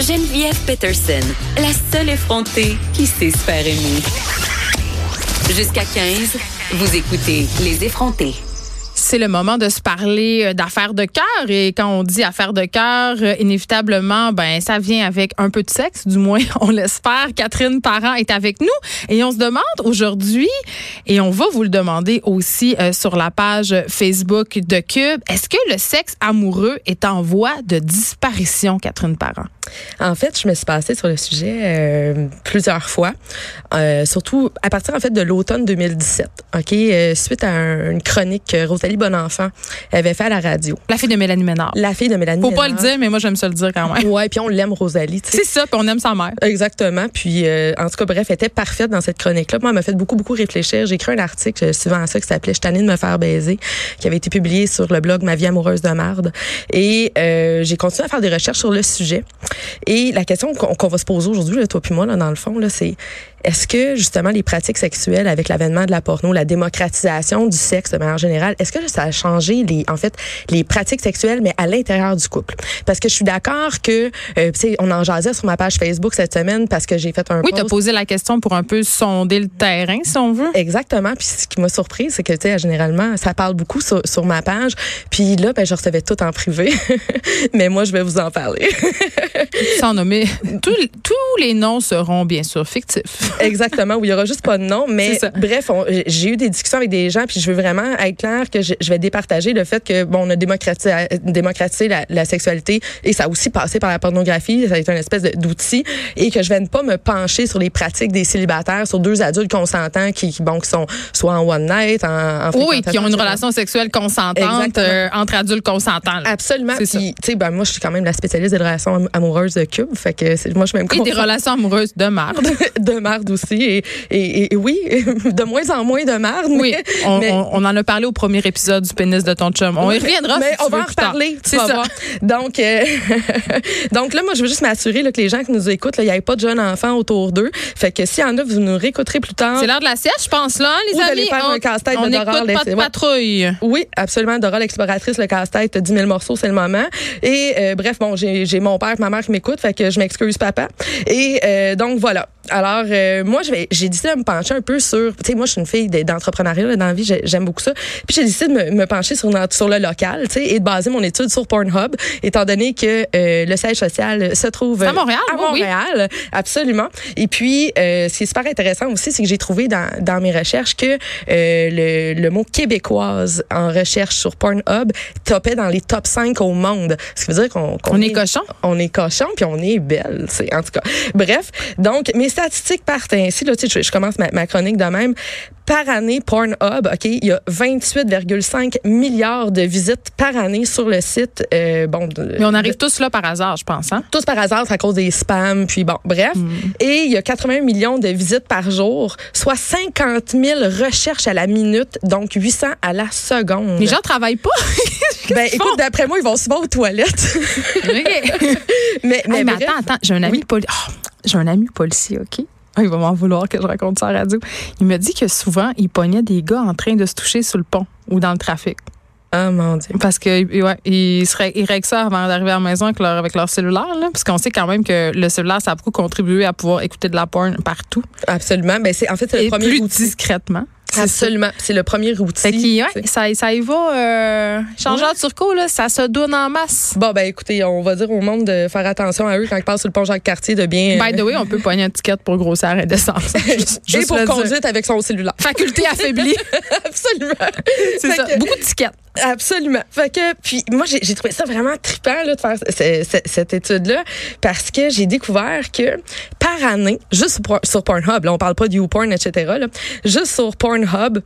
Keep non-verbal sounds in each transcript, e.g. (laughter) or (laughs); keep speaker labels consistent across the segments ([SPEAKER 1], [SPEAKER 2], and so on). [SPEAKER 1] Geneviève Peterson, la seule effrontée qui sait se faire aimer. Jusqu'à 15, vous écoutez Les effrontés.
[SPEAKER 2] C'est le moment de se parler euh, d'affaires de cœur et quand on dit affaires de cœur, euh, inévitablement, ben ça vient avec un peu de sexe, du moins (laughs) on l'espère. Catherine Parent est avec nous et on se demande aujourd'hui et on va vous le demander aussi euh, sur la page Facebook de Cube, est-ce que le sexe amoureux est en voie de disparition, Catherine Parent?
[SPEAKER 3] En fait, je me suis passée sur le sujet euh, plusieurs fois, euh, surtout à partir en fait de l'automne 2017. Ok, euh, suite à un- une chronique que Rosalie Bonenfant avait fait à la radio.
[SPEAKER 2] La fille de Mélanie Ménard.
[SPEAKER 3] La fille de Mélanie.
[SPEAKER 2] Faut pas le
[SPEAKER 3] Ménard.
[SPEAKER 2] dire, mais moi j'aime ça le dire quand même.
[SPEAKER 3] Ouais, puis on l'aime Rosalie. tu sais.
[SPEAKER 2] C'est ça, puis on aime sa mère.
[SPEAKER 3] Exactement. Puis, euh, en tout cas, bref, elle était parfaite dans cette chronique-là. Moi, elle m'a fait beaucoup, beaucoup réfléchir. J'ai écrit un article euh, suivant ça qui s'appelait « Je suis tannée de me faire baiser », qui avait été publié sur le blog « Ma vie amoureuse de marde ». Et euh, j'ai continué à faire des recherches sur le sujet. Et la question qu'on qu'on va se poser aujourd'hui, là, toi puis moi, là, dans le fond, là, c'est est-ce que, justement, les pratiques sexuelles avec l'avènement de la porno, la démocratisation du sexe de manière générale, est-ce que ça a changé, les, en fait, les pratiques sexuelles, mais à l'intérieur du couple? Parce que je suis d'accord que, euh, tu sais, on en jasait sur ma page Facebook cette semaine parce que j'ai fait un
[SPEAKER 2] Oui, t'as
[SPEAKER 3] post.
[SPEAKER 2] posé la question pour un peu sonder le terrain, si on veut.
[SPEAKER 3] Exactement. Puis ce qui m'a surpris, c'est que, tu sais, généralement, ça parle beaucoup sur, sur ma page. Puis là, ben, je recevais tout en privé. (laughs) mais moi, je vais vous en parler.
[SPEAKER 2] Sans nommer. Tous, tous les noms seront bien sûr fictifs.
[SPEAKER 3] Exactement, où il y aura juste pas de nom. Mais
[SPEAKER 2] C'est ça.
[SPEAKER 3] bref, on- j'ai eu des discussions avec des gens, puis je veux vraiment être claire que je, je vais départager le fait que, bon, on a démocratisé, démocratisé la, la sexualité et ça a aussi passé par la pornographie, ça a été une espèce de- d'outil, et que je vais ne pas me pencher sur les pratiques des célibataires, sur deux adultes consentants qui, qui, bon, qui sont soit en one night, en, en
[SPEAKER 2] Oui, qui ont une
[SPEAKER 3] fréquentation,
[SPEAKER 2] relation sexuelle consentante
[SPEAKER 3] Exactement.
[SPEAKER 2] euh, entre adultes consentants. là.
[SPEAKER 3] Absolument.
[SPEAKER 2] C'est
[SPEAKER 3] Puis,
[SPEAKER 2] ça.
[SPEAKER 3] tu sais, ben, moi, je suis quand même la spécialiste des relations am- amoureuses de Cube. Fait que c'est- moi, je suis même
[SPEAKER 2] Et des
[SPEAKER 3] contente.
[SPEAKER 2] relations amoureuses de
[SPEAKER 3] (laughs)
[SPEAKER 2] marde.
[SPEAKER 3] de marde aussi. Et, et- et oui, de moins en moins de marde.
[SPEAKER 2] Oui,
[SPEAKER 3] mais-
[SPEAKER 2] on,
[SPEAKER 3] mais-
[SPEAKER 2] on- on en a parlé au premier épisode du pénis de ton chum. On y reviendra
[SPEAKER 3] Mais
[SPEAKER 2] si tu
[SPEAKER 3] on va
[SPEAKER 2] veux
[SPEAKER 3] en
[SPEAKER 2] plus tard.
[SPEAKER 3] reparler, tu
[SPEAKER 2] C'est
[SPEAKER 3] vas
[SPEAKER 2] ça.
[SPEAKER 3] voir. Donc, euh, (laughs) donc là, moi, je veux juste m'assurer là, que les gens qui nous écoutent, là, il n'y a pas de jeunes enfants autour d'eux. Fait que s'il y en a, vous nous réécouterez plus tard.
[SPEAKER 2] C'est l'heure de la sieste, je pense, là, hein, les
[SPEAKER 3] Ou d'aller
[SPEAKER 2] amis.
[SPEAKER 3] faire un casse-tête
[SPEAKER 2] on
[SPEAKER 3] de
[SPEAKER 2] n'écoute
[SPEAKER 3] Dora,
[SPEAKER 2] pas de
[SPEAKER 3] laissez- ouais.
[SPEAKER 2] patrouille.
[SPEAKER 3] Oui, absolument. Dora l'exploratrice, le casse-tête, 10 000 morceaux, c'est le moment. Et euh, bref, bon, j'ai j'ai mon père, et ma mère qui m'écoute, fait que je m'excuse, papa. Et euh, donc voilà. Alors euh, moi, je vais- j'ai décidé de me pencher un peu sur, tu sais, moi je suis une fille d- d'entrepreneuriat là, dans la vie, j'ai- j'aime beaucoup ça. Puis j'ai décidé de me, me pencher sur notre- sur le local, tu sais, et de baser mon étude sur Pornhub, étant donné que euh, le siège social se trouve euh,
[SPEAKER 2] À Montréal,
[SPEAKER 3] à
[SPEAKER 2] oui, oui.
[SPEAKER 3] Montréal. Montréal, absolument. Et puis, euh, ce qui est super intéressant aussi, c'est que j'ai trouvé dans, dans mes recherches que euh, le, le mot québécoise en recherche sur Pornhub topait dans les top 5 au monde. Ce qui veut dire qu'on qu'on
[SPEAKER 2] On est cochon.
[SPEAKER 3] On est cochon, puis on est belle. c'est- En tout cas, bref. Donc, mes statistiques partent ainsi. Là, tu sais, je, je commence ma, ma chronique de même. Par année, Pornhub, OK, il y a 28,5 milliards de visites par année sur le site. euh, bon, de-
[SPEAKER 2] Mais on arrive tous là par hasard, je pense. Hein?
[SPEAKER 3] tous par hasard c'est à cause des spams, puis bon, bref.
[SPEAKER 2] Mm.
[SPEAKER 3] Et il y a 80 millions de visites par jour, soit 50 000 recherches à la minute, donc 800 à la seconde.
[SPEAKER 2] Les gens travaillent
[SPEAKER 3] (laughs)
[SPEAKER 2] pas.
[SPEAKER 3] ben,
[SPEAKER 2] qu'ils font?
[SPEAKER 3] écoute, d'après moi, ils vont souvent aux toilettes. (laughs)
[SPEAKER 2] OK.
[SPEAKER 3] mais mais,
[SPEAKER 2] Hey, mais
[SPEAKER 3] bref.
[SPEAKER 2] attends, attends, j'ai un ami
[SPEAKER 3] Oui.
[SPEAKER 2] poli- oh, j'ai un ami policier, OK? Ah, Il va m'en vouloir que je raconte ça à la radio. Il me dit que souvent, il pognait des gars en train de se toucher sur le pont ou dans le trafic.
[SPEAKER 3] Oh mon Dier.
[SPEAKER 2] Parce que ouais, ils, seraient, ils règlent ça avant d'arriver à la maison avec leur, avec leur cellulaire. Là, parce qu'on sait quand même que le cellulaire, ça a beaucoup contribué à pouvoir écouter de la porn partout.
[SPEAKER 3] Absolument. Ben, c'est, en fait, c'est
[SPEAKER 2] Et
[SPEAKER 3] le premier
[SPEAKER 2] plus
[SPEAKER 3] outil.
[SPEAKER 2] discrètement. C'est ça.
[SPEAKER 3] Absolument. C'est le premier outil.
[SPEAKER 2] Fait qu'il- ouais,
[SPEAKER 3] tu sais.
[SPEAKER 2] ça, ça y va. Euh, changeur
[SPEAKER 3] Ouais.
[SPEAKER 2] de turco, là, ça se donne en masse.
[SPEAKER 3] Bon, ben écoutez, on va dire au monde de faire attention à eux quand ils passent sur le pont Jacques-Cartier de bien... euh,
[SPEAKER 2] By the way, on peut pogner un ticket pour grosse arrêt
[SPEAKER 3] (laughs)
[SPEAKER 2] d'essence. Juste-
[SPEAKER 3] et
[SPEAKER 2] Ben, juste
[SPEAKER 3] pour
[SPEAKER 2] le dire.
[SPEAKER 3] conduite avec son cellulaire. (laughs)
[SPEAKER 2] Faculté affaiblie.
[SPEAKER 3] Absolument.
[SPEAKER 2] C'est
[SPEAKER 3] Fait
[SPEAKER 2] ça.
[SPEAKER 3] que-
[SPEAKER 2] Beaucoup de tickets.
[SPEAKER 3] Absolument. Fait que, puis moi, j'ai j'ai trouvé ça vraiment trippant là, de faire ce- ce- cette étude-là parce que j'ai découvert que par année, juste sur, Por- sur Pornhub, là, on parle pas du YouPorn, etc., là, juste sur Pornhub,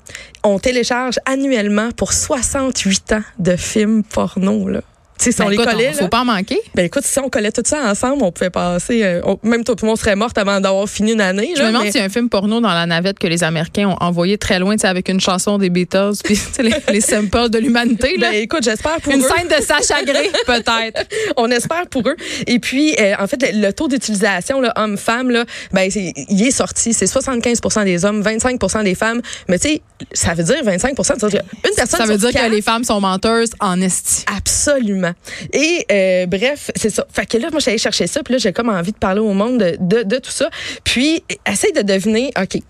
[SPEAKER 3] on télécharge annuellement pour 68 ans de films porno. Là. Tu sais, si on
[SPEAKER 2] Ben,
[SPEAKER 3] les
[SPEAKER 2] écoute,
[SPEAKER 3] collait,
[SPEAKER 2] on- faut
[SPEAKER 3] là,
[SPEAKER 2] pas en manquer.
[SPEAKER 3] ben écoute, si on collait tout ça ensemble, on pouvait passer, euh, on- même toi, puis moi, on serait morte avant d'avoir fini une année.
[SPEAKER 2] Je
[SPEAKER 3] là,
[SPEAKER 2] me demande
[SPEAKER 3] mais-
[SPEAKER 2] s'il y a un film porno dans la navette que les Américains ont envoyé très loin, tu sais, avec une chanson des Beatles, puis (laughs) tu sais, les, les samples de l'humanité. là.
[SPEAKER 3] ben, écoute, j'espère pour
[SPEAKER 2] une
[SPEAKER 3] eux.
[SPEAKER 2] scène de Sacha Gray, (laughs) peut-être.
[SPEAKER 3] on espère pour eux. Et puis, euh, en fait, le, le taux d'utilisation, là, homme-femme, là, ben, c'est- il est sorti. C'est 75 des hommes, 25 des femmes. Mais tu sais, ça veut dire 25 ça veut dire qu'une personne
[SPEAKER 2] Ça veut
[SPEAKER 3] sur
[SPEAKER 2] dire que
[SPEAKER 3] quatre-
[SPEAKER 2] les femmes sont menteuses en esti.
[SPEAKER 3] Absolument. Absolument. Et euh, bref, c'est ça. Fait que là, moi, j'allais chercher ça, puis là, j'ai comme envie de parler au monde de, de, de tout ça. Puis, essaye de deviner, OK,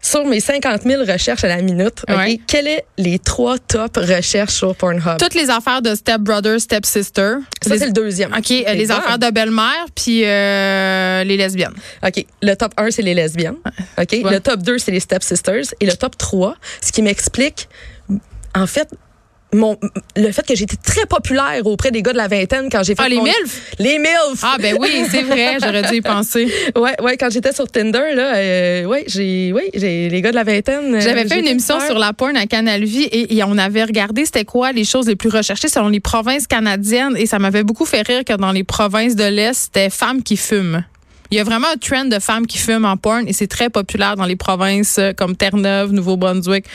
[SPEAKER 3] sur mes 50 000 recherches à la minute, OK,
[SPEAKER 2] Ouais.
[SPEAKER 3] quelles sont les trois top recherches sur Pornhub?
[SPEAKER 2] Toutes les affaires de Step Brother, Step Sister.
[SPEAKER 3] Ça,
[SPEAKER 2] Les-
[SPEAKER 3] c'est le deuxième.
[SPEAKER 2] OK, euh,
[SPEAKER 3] C'est
[SPEAKER 2] les
[SPEAKER 3] bon.
[SPEAKER 2] affaires de belle-mère, puis euh, les lesbiennes.
[SPEAKER 3] OK. Le top 1, c'est les lesbiennes. OK.
[SPEAKER 2] vois.
[SPEAKER 3] Le top 2, c'est les stepsisters. Et le top 3, ce qui m'explique, en fait, mon, le fait que j'étais très populaire auprès des gars de la vingtaine quand j'ai fait
[SPEAKER 2] Ah, les
[SPEAKER 3] mon-
[SPEAKER 2] MILF?
[SPEAKER 3] Les MILF!
[SPEAKER 2] Ah, ben oui, c'est vrai, j'aurais dû y penser.
[SPEAKER 3] (laughs) Ouais, ouais, quand j'étais sur Tinder, là, euh, ouais, j'ai, ouais, j'ai les gars de la vingtaine. euh,
[SPEAKER 2] J'avais fait une
[SPEAKER 3] j'étais
[SPEAKER 2] émission
[SPEAKER 3] peur.
[SPEAKER 2] sur la porn à Canal Vie et, et on avait regardé c'était quoi les choses les plus recherchées selon les provinces canadiennes et ça m'avait beaucoup fait rire que dans les provinces de l'Est, c'était femmes qui fument. Il y a vraiment un trend de femmes qui fument en porn et c'est très populaire dans les provinces euh, comme Terre-Neuve, Nouveau-Brunswick.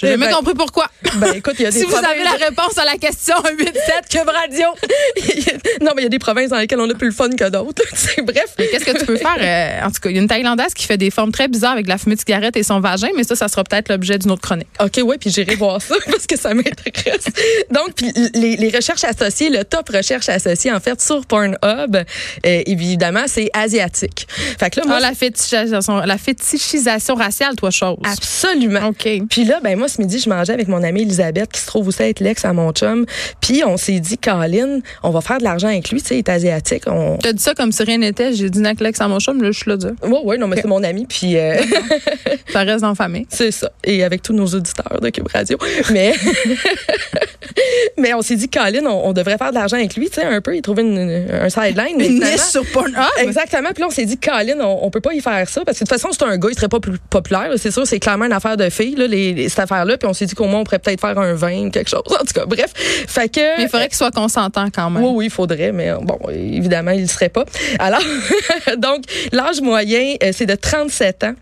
[SPEAKER 2] J'ai
[SPEAKER 3] Eh
[SPEAKER 2] jamais
[SPEAKER 3] ben,
[SPEAKER 2] compris pourquoi.
[SPEAKER 3] Ben, écoute,
[SPEAKER 2] (laughs)
[SPEAKER 3] il y a des
[SPEAKER 2] Si vous
[SPEAKER 3] provinces-
[SPEAKER 2] avez
[SPEAKER 3] (laughs)
[SPEAKER 2] la réponse à la question 8
[SPEAKER 3] Cube Radio! (laughs) non, mais il y a des provinces dans lesquelles on a plus le fun que d'autres. (laughs) C'est bref.
[SPEAKER 2] Qu'est-ce que tu peux faire? euh, en tout cas, il y a une Thaïlandaise qui fait des formes très bizarres avec de la fumée de cigarette et son vagin, mais ça, ça sera peut-être l'objet d'une autre chronique.
[SPEAKER 3] OK, ouais, puis j'irai voir ça (laughs) parce que ça m'intéresse. Donc, puis les, les recherches associées, le top recherche associée, en fait, sur Pornhub, euh, évidemment, c'est asiatique. Fait que là, moi,
[SPEAKER 2] Ah, la, fétichisation, la fétichisation raciale, toi, chose.
[SPEAKER 3] absolument.
[SPEAKER 2] Ah, OK.
[SPEAKER 3] Puis là, ben moi, ce midi, je mangeais avec mon amie Elisabeth, qui se trouve aussi être l'ex à mon chum. Puis on s'est dit, Colin, on va faire de l'argent avec lui, tu sais, il est asiatique. On...
[SPEAKER 2] T'as dit ça comme si rien n'était. J'ai dit Naclex à mon chum, là, je suis là, dire.
[SPEAKER 3] Ouais, ouais, non, mais c'est mon ami, puis... euh,
[SPEAKER 2] Ça reste dans la famille.
[SPEAKER 3] C'est ça. Et avec tous nos auditeurs de Cube Radio. Mais, (laughs) mais on s'est dit, Colin, on, on devrait faire de l'argent avec lui, tu sais, un peu. Il trouvait une- une- un sideline. mais finalement- Ah,
[SPEAKER 2] sur Pornhub.
[SPEAKER 3] Exactement. Puis là, on s'est dit, Colin, on, on peut pas y faire ça. Parce que de toute façon, c'est un gars, il serait pas plus populaire. là. C'est sûr, c'est clairement une affaire de filles, là, les- les- cette affaire-là. Puis on s'est dit qu'au moins, on pourrait peut-être faire un vin ou quelque chose. En tout cas, bref. Fait que.
[SPEAKER 2] Mais il faudrait qu'il soit consentant quand même.
[SPEAKER 3] Oui, oui, il faudrait, mais euh, bon, évidemment, il ne serait pas. Alors, (laughs) donc, l'âge moyen, euh, c'est de 37 ans.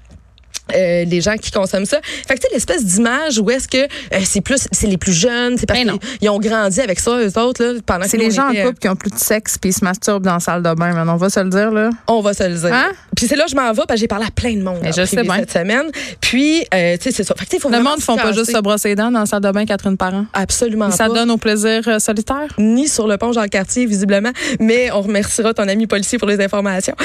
[SPEAKER 3] euh, les gens qui consomment ça. Fait que tu sais l'espèce d'image où est-ce que euh, c'est plus c'est les plus jeunes, c'est parce
[SPEAKER 2] Ben non.
[SPEAKER 3] qu'ils ils ont grandi avec ça eux autres là pendant que
[SPEAKER 2] C'est
[SPEAKER 3] nous,
[SPEAKER 2] les
[SPEAKER 3] on
[SPEAKER 2] gens en
[SPEAKER 3] était,
[SPEAKER 2] couple qui ont plus de sexe puis ils se masturbent dans la salle de bain, maintenant, on va se le dire, là.
[SPEAKER 3] euh, On va se le dire.
[SPEAKER 2] Hein?
[SPEAKER 3] Puis c'est là que je m'en vais parce que j'ai parlé à plein de monde
[SPEAKER 2] Mais
[SPEAKER 3] en
[SPEAKER 2] je sais
[SPEAKER 3] privé
[SPEAKER 2] bien.
[SPEAKER 3] cette semaine. Puis euh, tu sais c'est ça. Fait que, tu sais, il faut
[SPEAKER 2] Le
[SPEAKER 3] vraiment
[SPEAKER 2] monde ne font pas
[SPEAKER 3] casser.
[SPEAKER 2] juste se brosser les dents dans la salle de bain, Catherine Parent.
[SPEAKER 3] absolument
[SPEAKER 2] Et ça
[SPEAKER 3] Ah, pas.
[SPEAKER 2] donne au plaisir euh, solitaire.
[SPEAKER 3] ni sur le pont Jean-Cartier, visiblement, mais on remerciera ton ami policier pour les informations. (laughs)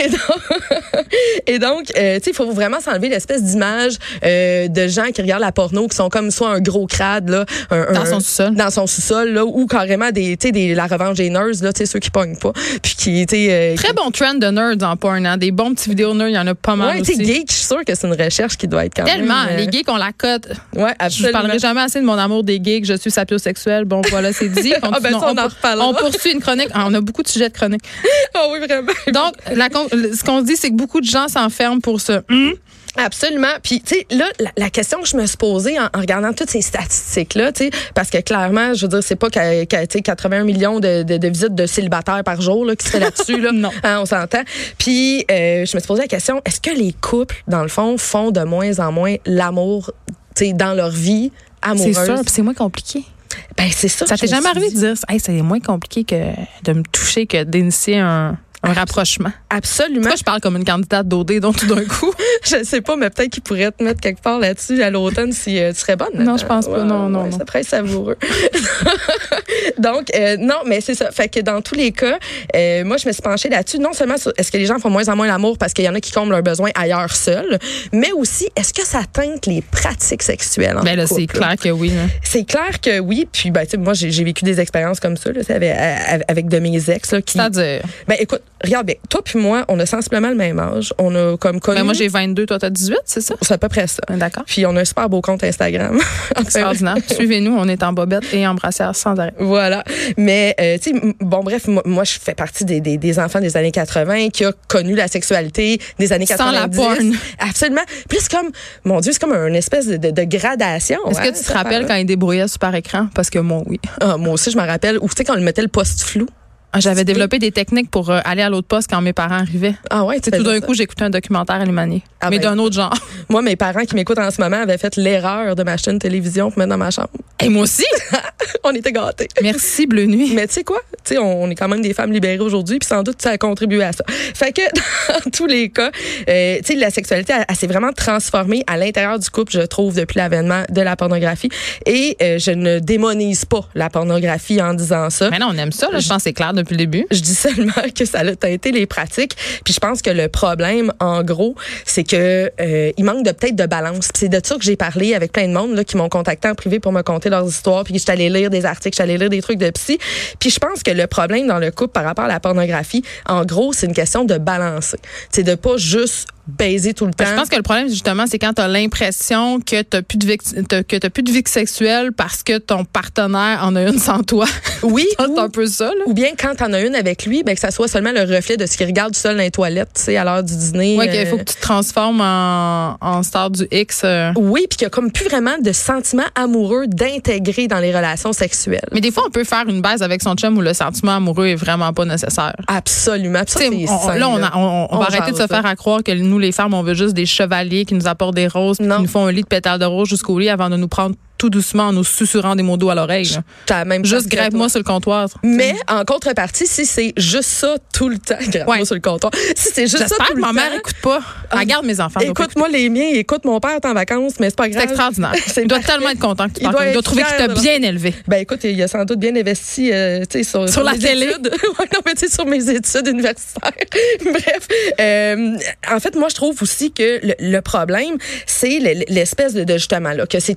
[SPEAKER 3] Et donc, et donc, euh, tu sais, il faut vraiment s'enlever l'espèce d'image euh, de gens qui regardent la porno, qui sont comme soit un gros crade, là, un-
[SPEAKER 2] Dans
[SPEAKER 3] un-
[SPEAKER 2] son sous-sol.
[SPEAKER 3] dans son sous-sol, là, ou carrément des, tu sais, des, la revanche des nerds, là, tu sais, ceux qui pognent pas, puis qui, tu sais, euh,
[SPEAKER 2] Très bon trend de nerds en porn, hein. Des bons petits vidéos nerds, il y en a pas mal
[SPEAKER 3] ouais, tu sais,
[SPEAKER 2] aussi.
[SPEAKER 3] geek, je suis sûre que c'est une recherche qui doit être quand
[SPEAKER 2] Tellement,
[SPEAKER 3] même. euh,
[SPEAKER 2] les gays qu'on la cote.
[SPEAKER 3] Ouais,
[SPEAKER 2] Je ne
[SPEAKER 3] absolument.
[SPEAKER 2] parlerai jamais assez de mon amour des gays, que je suis sapiosexuelle. Bon, voilà, c'est dit.
[SPEAKER 3] (laughs) Ah, ben ça,
[SPEAKER 2] Continuons.
[SPEAKER 3] on en reparlera.
[SPEAKER 2] on poursuit une chronique. Ah, on a beaucoup de sujets de chronique.
[SPEAKER 3] Ah oui, vraiment.
[SPEAKER 2] Donc, la con- le- ce qu'on dit, c'est que beaucoup de gens s'enferment pour ça.
[SPEAKER 3] Absolument. Puis, tu sais, là, la, la question que je me suis posée en, en regardant toutes ces statistiques-là, tu sais, parce que clairement, je veux dire, c'est pas qu'à, qu'à, tu sais, 81 millions de, de- de visites de célibataires par jour là, qui seraient là-dessus. (laughs) Là.
[SPEAKER 2] Non.
[SPEAKER 3] Hein, on s'entend. Puis, euh, je me suis posé la question, est-ce que les couples, dans le fond, font de moins en moins l'amour, tu sais, dans leur vie amoureuse?
[SPEAKER 2] puis c'est moins compliqué.
[SPEAKER 3] Ben, c'est ça.
[SPEAKER 2] Ça
[SPEAKER 3] je
[SPEAKER 2] t'est
[SPEAKER 3] me
[SPEAKER 2] jamais
[SPEAKER 3] suis
[SPEAKER 2] arrivé
[SPEAKER 3] dit.
[SPEAKER 2] de dire, Hey, c'est moins compliqué que de me toucher que d'initier un, un rapprochement.
[SPEAKER 3] Absolument.
[SPEAKER 2] Ah. Moi, je parle comme une candidate d'OD, donc tout d'un coup.
[SPEAKER 3] je sais pas, mais peut-être qu'ils pourraient te mettre quelque part là-dessus à l'automne si euh, tu serais bonne.
[SPEAKER 2] Non,
[SPEAKER 3] là-dedans.
[SPEAKER 2] je pense pas. Non, non, non.
[SPEAKER 3] Ça pourrait être savoureux. (laughs) Donc, euh, non, mais c'est ça. Fait que dans tous les cas, euh, moi, je me suis penchée là-dessus. Non seulement sur est-ce que les gens font moins en moins l'amour parce qu'il y en a qui comblent leurs besoins ailleurs seuls, mais aussi est-ce que ça teinte les pratiques sexuelles.
[SPEAKER 2] (laughs)
[SPEAKER 3] en
[SPEAKER 2] Ben là,
[SPEAKER 3] couple,
[SPEAKER 2] c'est clair que oui. hein.
[SPEAKER 3] C'est clair que oui. Puis, ben, tu sais, moi, j'ai j'ai vécu des expériences comme ça là, tu sais, avec, avec de mes ex là, qui.
[SPEAKER 2] C'est-à-dire,
[SPEAKER 3] Ben, écoute, regarde bien. Toi puis moi, on a sensiblement le même âge. On a comme connu.
[SPEAKER 2] ben, moi, j'ai 22, toi, t'as 18, c'est ça?
[SPEAKER 3] C'est à peu près ça.
[SPEAKER 2] Ben, D'accord.
[SPEAKER 3] Puis on a un super beau compte Instagram. (laughs)
[SPEAKER 2] (laughs) Extraordinaire. Suivez-nous, on est en bobette et en brassière sans arrêt.
[SPEAKER 3] voilà. Mais, euh, tu sais, m- bon, bref, moi, moi, je fais partie des, des, des enfants des années 80 qui a connu la sexualité des années
[SPEAKER 2] Sans
[SPEAKER 3] 90.
[SPEAKER 2] la porn.
[SPEAKER 3] Absolument. Puis c'est comme, mon Dieu, c'est comme une espèce de, de- de gradation.
[SPEAKER 2] Est-ce
[SPEAKER 3] hein,
[SPEAKER 2] que tu te
[SPEAKER 3] cette
[SPEAKER 2] rappelles
[SPEAKER 3] affaire-là.
[SPEAKER 2] quand il débrouillait super écran? Parce que moi, oui.
[SPEAKER 3] Ah, moi aussi, je me rappelle. Ou, tu sais, quand on le mettait le post-flou.
[SPEAKER 2] Ah, J'avais développé des techniques pour euh, aller à l'autre poste quand mes parents arrivaient.
[SPEAKER 3] Ah ouais, tu
[SPEAKER 2] C'est
[SPEAKER 3] fais
[SPEAKER 2] tout d'un
[SPEAKER 3] ça.
[SPEAKER 2] coup, j'écoutais un documentaire à Lumani,
[SPEAKER 3] Ah
[SPEAKER 2] mais
[SPEAKER 3] ben,
[SPEAKER 2] d'un autre
[SPEAKER 3] (laughs)
[SPEAKER 2] genre.
[SPEAKER 3] Moi, mes parents qui m'écoutent en ce moment avaient fait l'erreur de m'acheter une télévision pour mettre dans ma chambre. (laughs)
[SPEAKER 2] Et moi aussi.
[SPEAKER 3] on était gâtés.
[SPEAKER 2] (laughs) Merci Bleu Nuit.
[SPEAKER 3] Mais tu sais quoi? Tu sais, on on est quand même des femmes libérées aujourd'hui, puis sans doute ça a contribué à ça. Fait que (laughs) dans tous les cas, euh, tu sais, la sexualité, elle, elle s'est vraiment transformée à l'intérieur du couple, je trouve, depuis l'avènement de la pornographie. Et euh, je ne démonise pas la pornographie en disant ça.
[SPEAKER 2] Mais non, on aime ça. Là. Je pense que c'est clair depuis le début.
[SPEAKER 3] Je dis seulement que ça a teinté les pratiques. Puis je pense que le problème, en gros, c'est que euh, il manque de peut-être de balance. Puis c'est de ça que j'ai parlé avec plein de monde là, qui m'ont contacté en privé pour me conter leurs histoires. Puis que j'étais allée lire des articles, j'étais allée lire des trucs de psy. Puis je pense que le problème dans le couple par rapport à la pornographie, en gros, c'est une question de balancer. C'est de pas juste baiser tout le temps.
[SPEAKER 2] Ben, Je pense que le problème, justement, c'est quand t'as l'impression que t'as plus de vie, que t'as plus de vie sexuelle parce que ton partenaire en a une sans toi. (laughs)
[SPEAKER 3] oui.
[SPEAKER 2] c'est
[SPEAKER 3] ou-
[SPEAKER 2] un peu ça, là.
[SPEAKER 3] Ou bien quand t'en as une avec lui, ben que ça soit seulement le reflet de ce qu'il regarde tout seul dans les toilettes, tu sais, à l'heure du dîner.
[SPEAKER 2] Ouais, qu'il
[SPEAKER 3] euh,
[SPEAKER 2] faut que tu te transformes en, en star du X. euh.
[SPEAKER 3] Oui, puis qu'il n'y a comme plus vraiment de sentiment amoureux d'intégrer dans les relations sexuelles.
[SPEAKER 2] Mais des fois, on peut faire une base avec son chum où le sentiment amoureux est vraiment pas nécessaire.
[SPEAKER 3] Absolument. Puis ça,
[SPEAKER 2] Tu sais,
[SPEAKER 3] c'est
[SPEAKER 2] on-
[SPEAKER 3] sain,
[SPEAKER 2] là, on, a- on- on
[SPEAKER 3] On
[SPEAKER 2] va arrêter de se
[SPEAKER 3] jase,
[SPEAKER 2] faire
[SPEAKER 3] là.
[SPEAKER 2] à croire que nous, les femmes, on veut juste des chevaliers qui nous apportent des roses, puis
[SPEAKER 3] Non.
[SPEAKER 2] qui nous font un lit de pétales de rose jusqu'au lit avant de nous prendre tout doucement en nous susurrant des mots d'eau à l'oreille. là.
[SPEAKER 3] T'as même
[SPEAKER 2] Juste
[SPEAKER 3] pas de
[SPEAKER 2] grève-moi sur le comptoir.
[SPEAKER 3] Mais en contrepartie, si c'est juste ça tout le temps, (laughs) grave-moi
[SPEAKER 2] Ouais.
[SPEAKER 3] sur le comptoir. Si c'est juste ça
[SPEAKER 2] J'espère
[SPEAKER 3] tout
[SPEAKER 2] que
[SPEAKER 3] le
[SPEAKER 2] ma
[SPEAKER 3] temps.
[SPEAKER 2] mère écoute pas. Elle Regarde mes enfants. elle doit pas
[SPEAKER 3] Écoute-moi les miens, écoute mon père est en vacances, mais c'est pas
[SPEAKER 2] écouter. C'est
[SPEAKER 3] grave.
[SPEAKER 2] extraordinaire.
[SPEAKER 3] C'est
[SPEAKER 2] Il doit
[SPEAKER 3] parfait.
[SPEAKER 2] tellement être content que tu
[SPEAKER 3] Il
[SPEAKER 2] parles
[SPEAKER 3] doit
[SPEAKER 2] comme- Il doit
[SPEAKER 3] être
[SPEAKER 2] trouver que
[SPEAKER 3] fier
[SPEAKER 2] tu
[SPEAKER 3] de
[SPEAKER 2] t'as bien élevé.
[SPEAKER 3] Ben écoute, il a sans doute bien investi euh, tu sais, sur,
[SPEAKER 2] Sur la
[SPEAKER 3] mes
[SPEAKER 2] télé.
[SPEAKER 3] études. (laughs) Ouais, non, mais tu sais, sur mes études universitaires. (laughs) Bref, euh, en fait, moi, je trouve aussi que le, le problème, c'est le- l'espèce de, de justement là, que c'est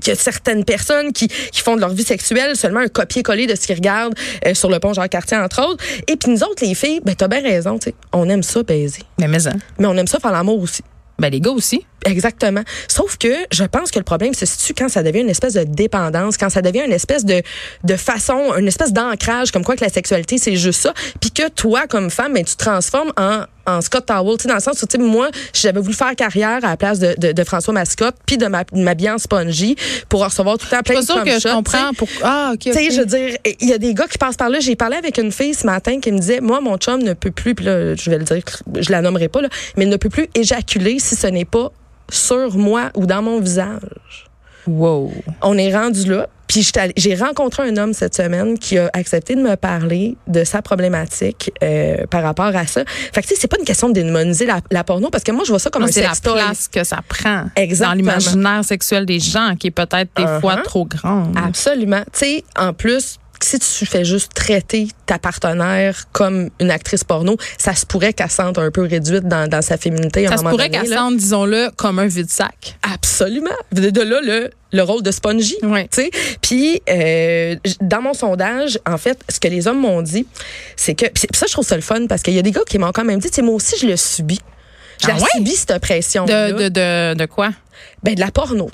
[SPEAKER 3] qu'il y a certaines personnes qui, qui font de leur vie sexuelle seulement un copier-coller de ce qu'ils regardent euh, sur le pont Jean-Cartier, entre autres. Et puis nous autres, les filles, ben t'as bien raison, tu sais, on aime ça baiser.
[SPEAKER 2] Mais mais, hein.
[SPEAKER 3] Mais on aime ça faire l'amour aussi.
[SPEAKER 2] ben, les gars aussi.
[SPEAKER 3] Exactement. Sauf que je pense que le problème se situe quand ça devient une espèce de dépendance, quand ça devient une espèce de, de façon, une espèce d'ancrage, comme quoi que la sexualité, c'est juste ça, puis que toi, comme femme, ben, tu te transformes en en Scott Towell, tu sais, dans le sens où, tu sais, moi, j'avais voulu faire carrière à la place de, de, de François Mascotte, puis de ma- de m'habiller en spongy pour en recevoir tout le temps plein
[SPEAKER 2] Pas
[SPEAKER 3] de
[SPEAKER 2] sûr que
[SPEAKER 3] cum
[SPEAKER 2] je
[SPEAKER 3] shots, tu sais.
[SPEAKER 2] comprends pour. Ah, ok.
[SPEAKER 3] Tu sais,
[SPEAKER 2] ok.
[SPEAKER 3] je veux dire, il y a des gars qui passent par là. J'ai parlé avec une fille ce matin qui me disait, moi, mon chum ne peut plus, puis là, je vais le dire, je la nommerai pas, là, mais il ne peut plus éjaculer si ce n'est pas sur moi ou dans mon visage.
[SPEAKER 2] Wow.
[SPEAKER 3] On est rendu là. Puis j'étais allée- j'ai rencontré un homme cette semaine qui a accepté de me parler de sa problématique euh, par rapport à ça. Fait que tu sais, c'est pas une question de démoniser la, la porno parce que moi je vois ça comme
[SPEAKER 2] Non,
[SPEAKER 3] un
[SPEAKER 2] C'est la
[SPEAKER 3] sextoy.
[SPEAKER 2] place que ça prend
[SPEAKER 3] Exactement.
[SPEAKER 2] dans l'imaginaire sexuel des gens qui est peut-être des
[SPEAKER 3] Uh-huh.
[SPEAKER 2] fois trop grande.
[SPEAKER 3] Absolument. Tu sais, en plus, si tu fais juste traiter ta partenaire comme une actrice porno, ça se pourrait qu'elle se sente un peu réduite dans, dans sa féminité. à un
[SPEAKER 2] Ça se
[SPEAKER 3] moment
[SPEAKER 2] pourrait
[SPEAKER 3] donné,
[SPEAKER 2] qu'elle
[SPEAKER 3] là.
[SPEAKER 2] sente, disons-le, comme un vide-sac.
[SPEAKER 3] Absolument. De, de là, le, le rôle de spongy.
[SPEAKER 2] Oui.
[SPEAKER 3] Tu sais, Puis, euh, j- dans mon sondage, en fait, ce que les hommes m'ont dit, c'est que. Puis c'est- puis ça, je trouve ça le fun parce qu'il y a des gars qui m'ont quand même dit, tu sais, moi aussi, je le subis. Je
[SPEAKER 2] Ah
[SPEAKER 3] la
[SPEAKER 2] ouais?
[SPEAKER 3] subis, cette pression.
[SPEAKER 2] De, de, de, de quoi?
[SPEAKER 3] Ben, de la porno.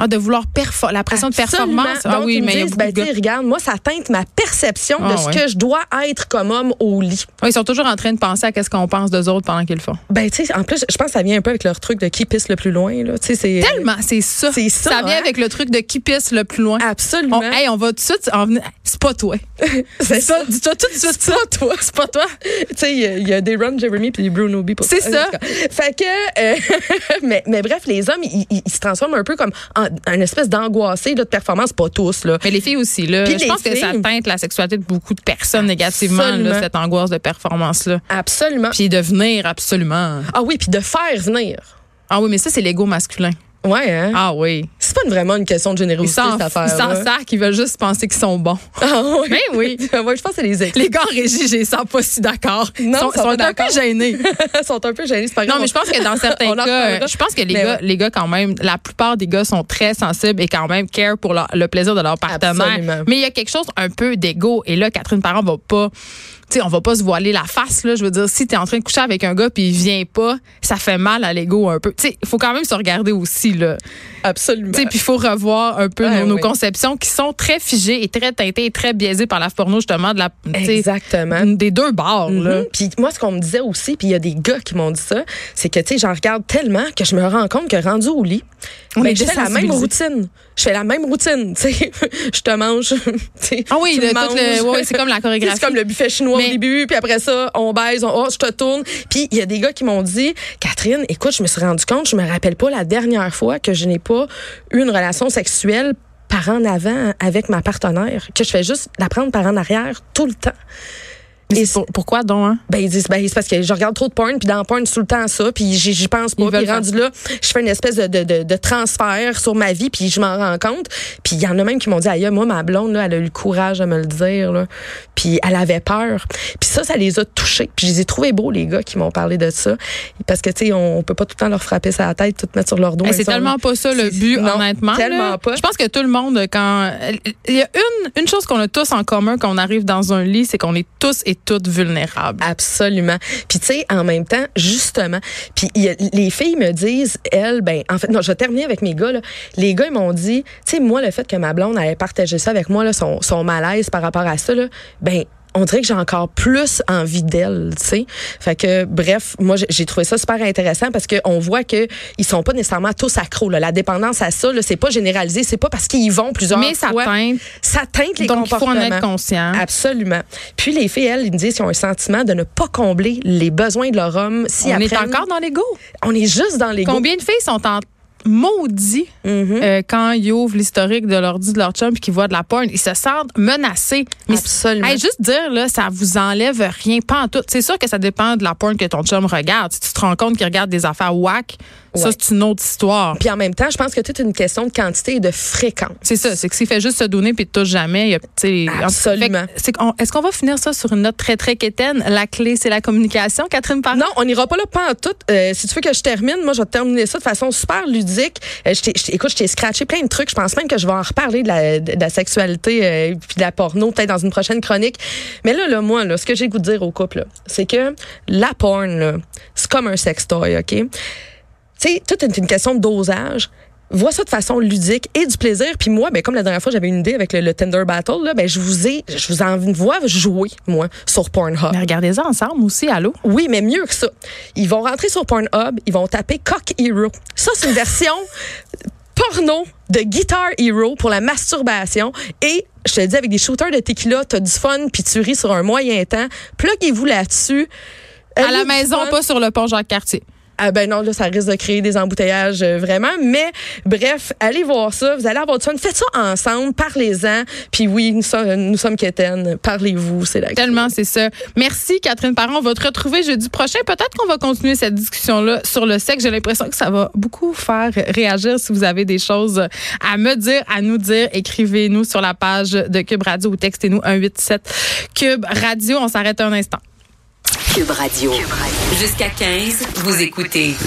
[SPEAKER 2] Ah, de vouloir perfor- la pression de
[SPEAKER 3] Absolument.
[SPEAKER 2] performance. Ah
[SPEAKER 3] Donc,
[SPEAKER 2] oui,
[SPEAKER 3] ils me
[SPEAKER 2] mais il y a
[SPEAKER 3] disent,
[SPEAKER 2] beaucoup de
[SPEAKER 3] ben, tu
[SPEAKER 2] gars-
[SPEAKER 3] sais, regarde, moi, ça teinte ma perception
[SPEAKER 2] Ah,
[SPEAKER 3] de ce
[SPEAKER 2] ouais.
[SPEAKER 3] que je dois être comme homme au lit.
[SPEAKER 2] Ouais, ils sont toujours en train de penser à qu'est-ce qu'on pense d'eux autres pendant qu'ils le font.
[SPEAKER 3] Ben, tu sais, en plus, je pense que ça vient un peu avec leur truc de qui pisse le plus loin, là. Tu sais, c'est.
[SPEAKER 2] Tellement, c'est ça.
[SPEAKER 3] c'est ça,
[SPEAKER 2] vient
[SPEAKER 3] hein?
[SPEAKER 2] avec le truc de qui pisse le plus loin.
[SPEAKER 3] Absolument.
[SPEAKER 2] On, hey, on va tout de suite en venir. C'est pas toi.
[SPEAKER 3] c'est ça.
[SPEAKER 2] Dis-toi tout de suite ça. toi. C'est pas toi.
[SPEAKER 3] Tu sais, il y a- il y, a des Ron Jeremy puis des Bruno B. pour
[SPEAKER 2] C'est ça.
[SPEAKER 3] En tout cas. Fait que, euh, (laughs) mais, mais bref, les hommes, ils, ils- ils se transforment un peu comme en, en une espèce d'angoissé là, de performance, pas tous, là.
[SPEAKER 2] Mais les filles aussi, là.
[SPEAKER 3] Puis
[SPEAKER 2] je
[SPEAKER 3] les
[SPEAKER 2] pense que ça
[SPEAKER 3] filles.
[SPEAKER 2] teinte la sexualité de beaucoup de personnes négativement, là,
[SPEAKER 3] Absolument.
[SPEAKER 2] cette angoisse de performance-là.
[SPEAKER 3] Absolument.
[SPEAKER 2] Puis devenir absolument.
[SPEAKER 3] ah oui, puis de faire venir.
[SPEAKER 2] Ah oui, mais ça, c'est l'ego masculin.
[SPEAKER 3] Ouais, hein?
[SPEAKER 2] Ah oui.
[SPEAKER 3] C'est pas vraiment une question de
[SPEAKER 2] Ils
[SPEAKER 3] générosité,
[SPEAKER 2] s'en
[SPEAKER 3] cette
[SPEAKER 2] ils
[SPEAKER 3] affaire.
[SPEAKER 2] s'en sacrent, ils veulent juste penser qu'ils sont bons.
[SPEAKER 3] Ben
[SPEAKER 2] Mais oui.
[SPEAKER 3] Ah (laughs) ouais, je pense que c'est les équipes.
[SPEAKER 2] Les gars en régie, je les sens pas si d'accord. Ils
[SPEAKER 3] Non,
[SPEAKER 2] sont,
[SPEAKER 3] ils sont
[SPEAKER 2] sont
[SPEAKER 3] pas
[SPEAKER 2] un peu
[SPEAKER 3] d'accord.
[SPEAKER 2] gênés.
[SPEAKER 3] Ils sont un peu gênés, c'est pas
[SPEAKER 2] Non,
[SPEAKER 3] grave.
[SPEAKER 2] mais je pense que (laughs) dans
[SPEAKER 3] On
[SPEAKER 2] certains
[SPEAKER 3] en
[SPEAKER 2] cas,
[SPEAKER 3] reparlera.
[SPEAKER 2] je pense que les
[SPEAKER 3] Mais
[SPEAKER 2] gars,
[SPEAKER 3] ouais.
[SPEAKER 2] les gars quand même, la plupart des gars sont très sensibles et quand même care pour leur- le plaisir de leur partenaire.
[SPEAKER 3] Absolument.
[SPEAKER 2] Mais il y a quelque chose un peu d'ego et là, Catherine Parent va pas tu sais, on va pas se voiler la face, là. Je veux dire, si t'es en train de coucher avec un gars puis il vient pas, ça fait mal à l'ego un peu. Tu sais, il faut quand même se regarder aussi, là.
[SPEAKER 3] Absolument.
[SPEAKER 2] Tu sais, puis il faut revoir un peu
[SPEAKER 3] Ouais,
[SPEAKER 2] nos, nos
[SPEAKER 3] oui.
[SPEAKER 2] conceptions qui sont très figées et très teintées et très biaisées par la porno, justement, de la, tu sais,
[SPEAKER 3] Exactement.
[SPEAKER 2] des deux bords, là.
[SPEAKER 3] Mhm. Puis moi, ce qu'on me disait aussi, puis il y a des gars qui m'ont dit ça, c'est que, tu sais, j'en regarde tellement que je me rends compte que rendu au lit,
[SPEAKER 2] On
[SPEAKER 3] ben,
[SPEAKER 2] est
[SPEAKER 3] je fais la même
[SPEAKER 2] désensibilisé.
[SPEAKER 3] routine. Je fais la même routine, (laughs) tu sais. Je te mange, (laughs) tu sais,
[SPEAKER 2] Ah oui,
[SPEAKER 3] tu
[SPEAKER 2] le-
[SPEAKER 3] me
[SPEAKER 2] tout le-
[SPEAKER 3] manges.
[SPEAKER 2] ouais, ouais, (laughs) c'est comme la chorégraphie.
[SPEAKER 3] C'est comme le buffet chinois
[SPEAKER 2] Mais-
[SPEAKER 3] au début, puis après ça, on baise, on, oh, je te tourne. Puis il y a des gars qui m'ont dit, Catherine, écoute, je me suis rendu compte, je me rappelle pas la dernière fois que je n'ai pas eu une relation sexuelle par en avant avec ma partenaire, que je fais juste la prendre par en arrière tout le temps.
[SPEAKER 2] Mais
[SPEAKER 3] Et
[SPEAKER 2] c'est pour- pourquoi donc, hein?
[SPEAKER 3] Ben ils disent ben c'est parce que je regarde trop de porn puis dans porn c'est tout le temps ça puis j'y j'y pense
[SPEAKER 2] Ils
[SPEAKER 3] pas puis
[SPEAKER 2] veulent
[SPEAKER 3] rendu là je fais une espèce de, de, de, de transfert sur ma vie puis je m'en rends compte puis il y en a même qui m'ont dit aïe moi ma blonde là elle a eu le courage de me le dire là puis elle avait peur puis ça ça les a touchés puis je les ai trouvés beaux les gars qui m'ont parlé de ça parce que tu sais on, on peut pas tout le temps leur frapper sa tête tout mettre sur leur dos
[SPEAKER 2] Hey,
[SPEAKER 3] même
[SPEAKER 2] Eh, c'est
[SPEAKER 3] si on-
[SPEAKER 2] tellement pas ça le
[SPEAKER 3] c'est-
[SPEAKER 2] but,
[SPEAKER 3] non,
[SPEAKER 2] honnêtement.
[SPEAKER 3] tellement
[SPEAKER 2] là.
[SPEAKER 3] pas.
[SPEAKER 2] Je pense que tout le monde, quand. Il y a une, une chose qu'on a tous en commun quand on arrive dans un lit, c'est qu'on est tous et toutes vulnérables.
[SPEAKER 3] Absolument. Puis tu sais, en même temps, justement, puis il y a- les filles me disent, elles, ben, en fait, non, je vais terminer avec mes gars, là. Les gars, ils m'ont dit, tu sais, moi, le fait que ma blonde allait partager ça avec moi, là, son, son malaise par rapport à ça, là, ben, on dirait que j'ai encore plus envie d'elle, tu sais. Fait que, bref, moi, j'ai- j'ai trouvé ça super intéressant parce qu'on voit que ils sont pas nécessairement tous accros, là. La dépendance à ça, là, c'est pas généralisé, c'est pas parce qu'ils y vont plusieurs
[SPEAKER 2] Mais ça
[SPEAKER 3] fois.
[SPEAKER 2] teinte.
[SPEAKER 3] Ça teinte les
[SPEAKER 2] Donc, il faut en
[SPEAKER 3] comportements.
[SPEAKER 2] être conscient.
[SPEAKER 3] Absolument. Puis les filles, elles, ils me disent qu'ils ont un sentiment de ne pas combler les besoins de leur homme si
[SPEAKER 2] on
[SPEAKER 3] après
[SPEAKER 2] est encore dans l'ego.
[SPEAKER 3] on est juste dans les
[SPEAKER 2] Combien de filles sont en maudit
[SPEAKER 3] Mhm.
[SPEAKER 2] euh, quand ils ouvrent l'historique de l'ordi de leur chum puis qu'ils voient de la porn? Ils se sentent menacés. Mais c'est-
[SPEAKER 3] Absolument.
[SPEAKER 2] Hey, juste dire, là, ça vous enlève rien, pas en tout. C'est sûr que ça dépend de la porn que ton chum regarde. Si tu te rends compte qu'il regarde des affaires whack, ça,
[SPEAKER 3] Ouais.
[SPEAKER 2] c'est une autre histoire.
[SPEAKER 3] Puis en même temps, je pense que toute une question de quantité et de fréquence.
[SPEAKER 2] C'est ça, c'est que s'il fait juste se donner puis te touche jamais, il y a, tu sais,
[SPEAKER 3] Absolument.
[SPEAKER 2] en- fait que c'est qu'on- Est-ce qu'on va finir ça sur une note très très quétaine La clé, c'est la communication, Catherine Parent.
[SPEAKER 3] Non, on n'ira pas là pas en tout. Euh, si tu veux que je termine, moi, je vais terminer ça de façon super ludique. Euh, je t'ai- je t'ai- écoute, je t'ai scratché plein de trucs. Je pense même que je vais en reparler de la, de la sexualité euh, puis de la porno, peut-être dans une prochaine chronique. Mais là, là moi, là, ce que j'ai le goût de dire au couple, là, c'est que la porn, là, c'est comme un sextoy, OK? Tu sais, tout est une question de dosage. Vois ça de façon ludique et du plaisir. Puis moi, ben, comme la dernière fois, j'avais une idée avec le, le Tinder Battle, là, ben, je vous ai, je vous envoie jouer, moi, sur Pornhub.
[SPEAKER 2] Mais regardez ça ensemble aussi, allô.
[SPEAKER 3] Oui, mais mieux que ça. Ils vont rentrer sur Pornhub, ils vont taper Cock Hero. Ça, c'est une version porno de Guitar Hero pour la masturbation. Et je te le dis, avec des shooters de tequila, t'as du fun, puis tu ris sur un moyen temps. Pluguez-vous là-dessus.
[SPEAKER 2] À
[SPEAKER 3] Allez,
[SPEAKER 2] la
[SPEAKER 3] du
[SPEAKER 2] maison,
[SPEAKER 3] fun.
[SPEAKER 2] pas sur le pont Jacques Cartier.
[SPEAKER 3] Ah ben non, là, ça risque de créer des embouteillages, euh, vraiment. Mais bref, allez voir ça. Vous allez avoir du fun. Faites ça ensemble, parlez-en. Puis oui, nous sommes, nous sommes quétaines. Parlez-vous, c'est la
[SPEAKER 2] Tellement, c'est ça. Merci, Catherine Parent. On va te retrouver jeudi prochain. Peut-être qu'on va continuer cette discussion-là sur le sexe. J'ai l'impression que ça va beaucoup faire réagir si vous avez des choses à me dire, à nous dire. Écrivez-nous sur la page de Cube Radio ou textez-nous 187 Cube Radio. On s'arrête un instant.
[SPEAKER 1] Cube Radio. Jusqu'à 15, vous écoutez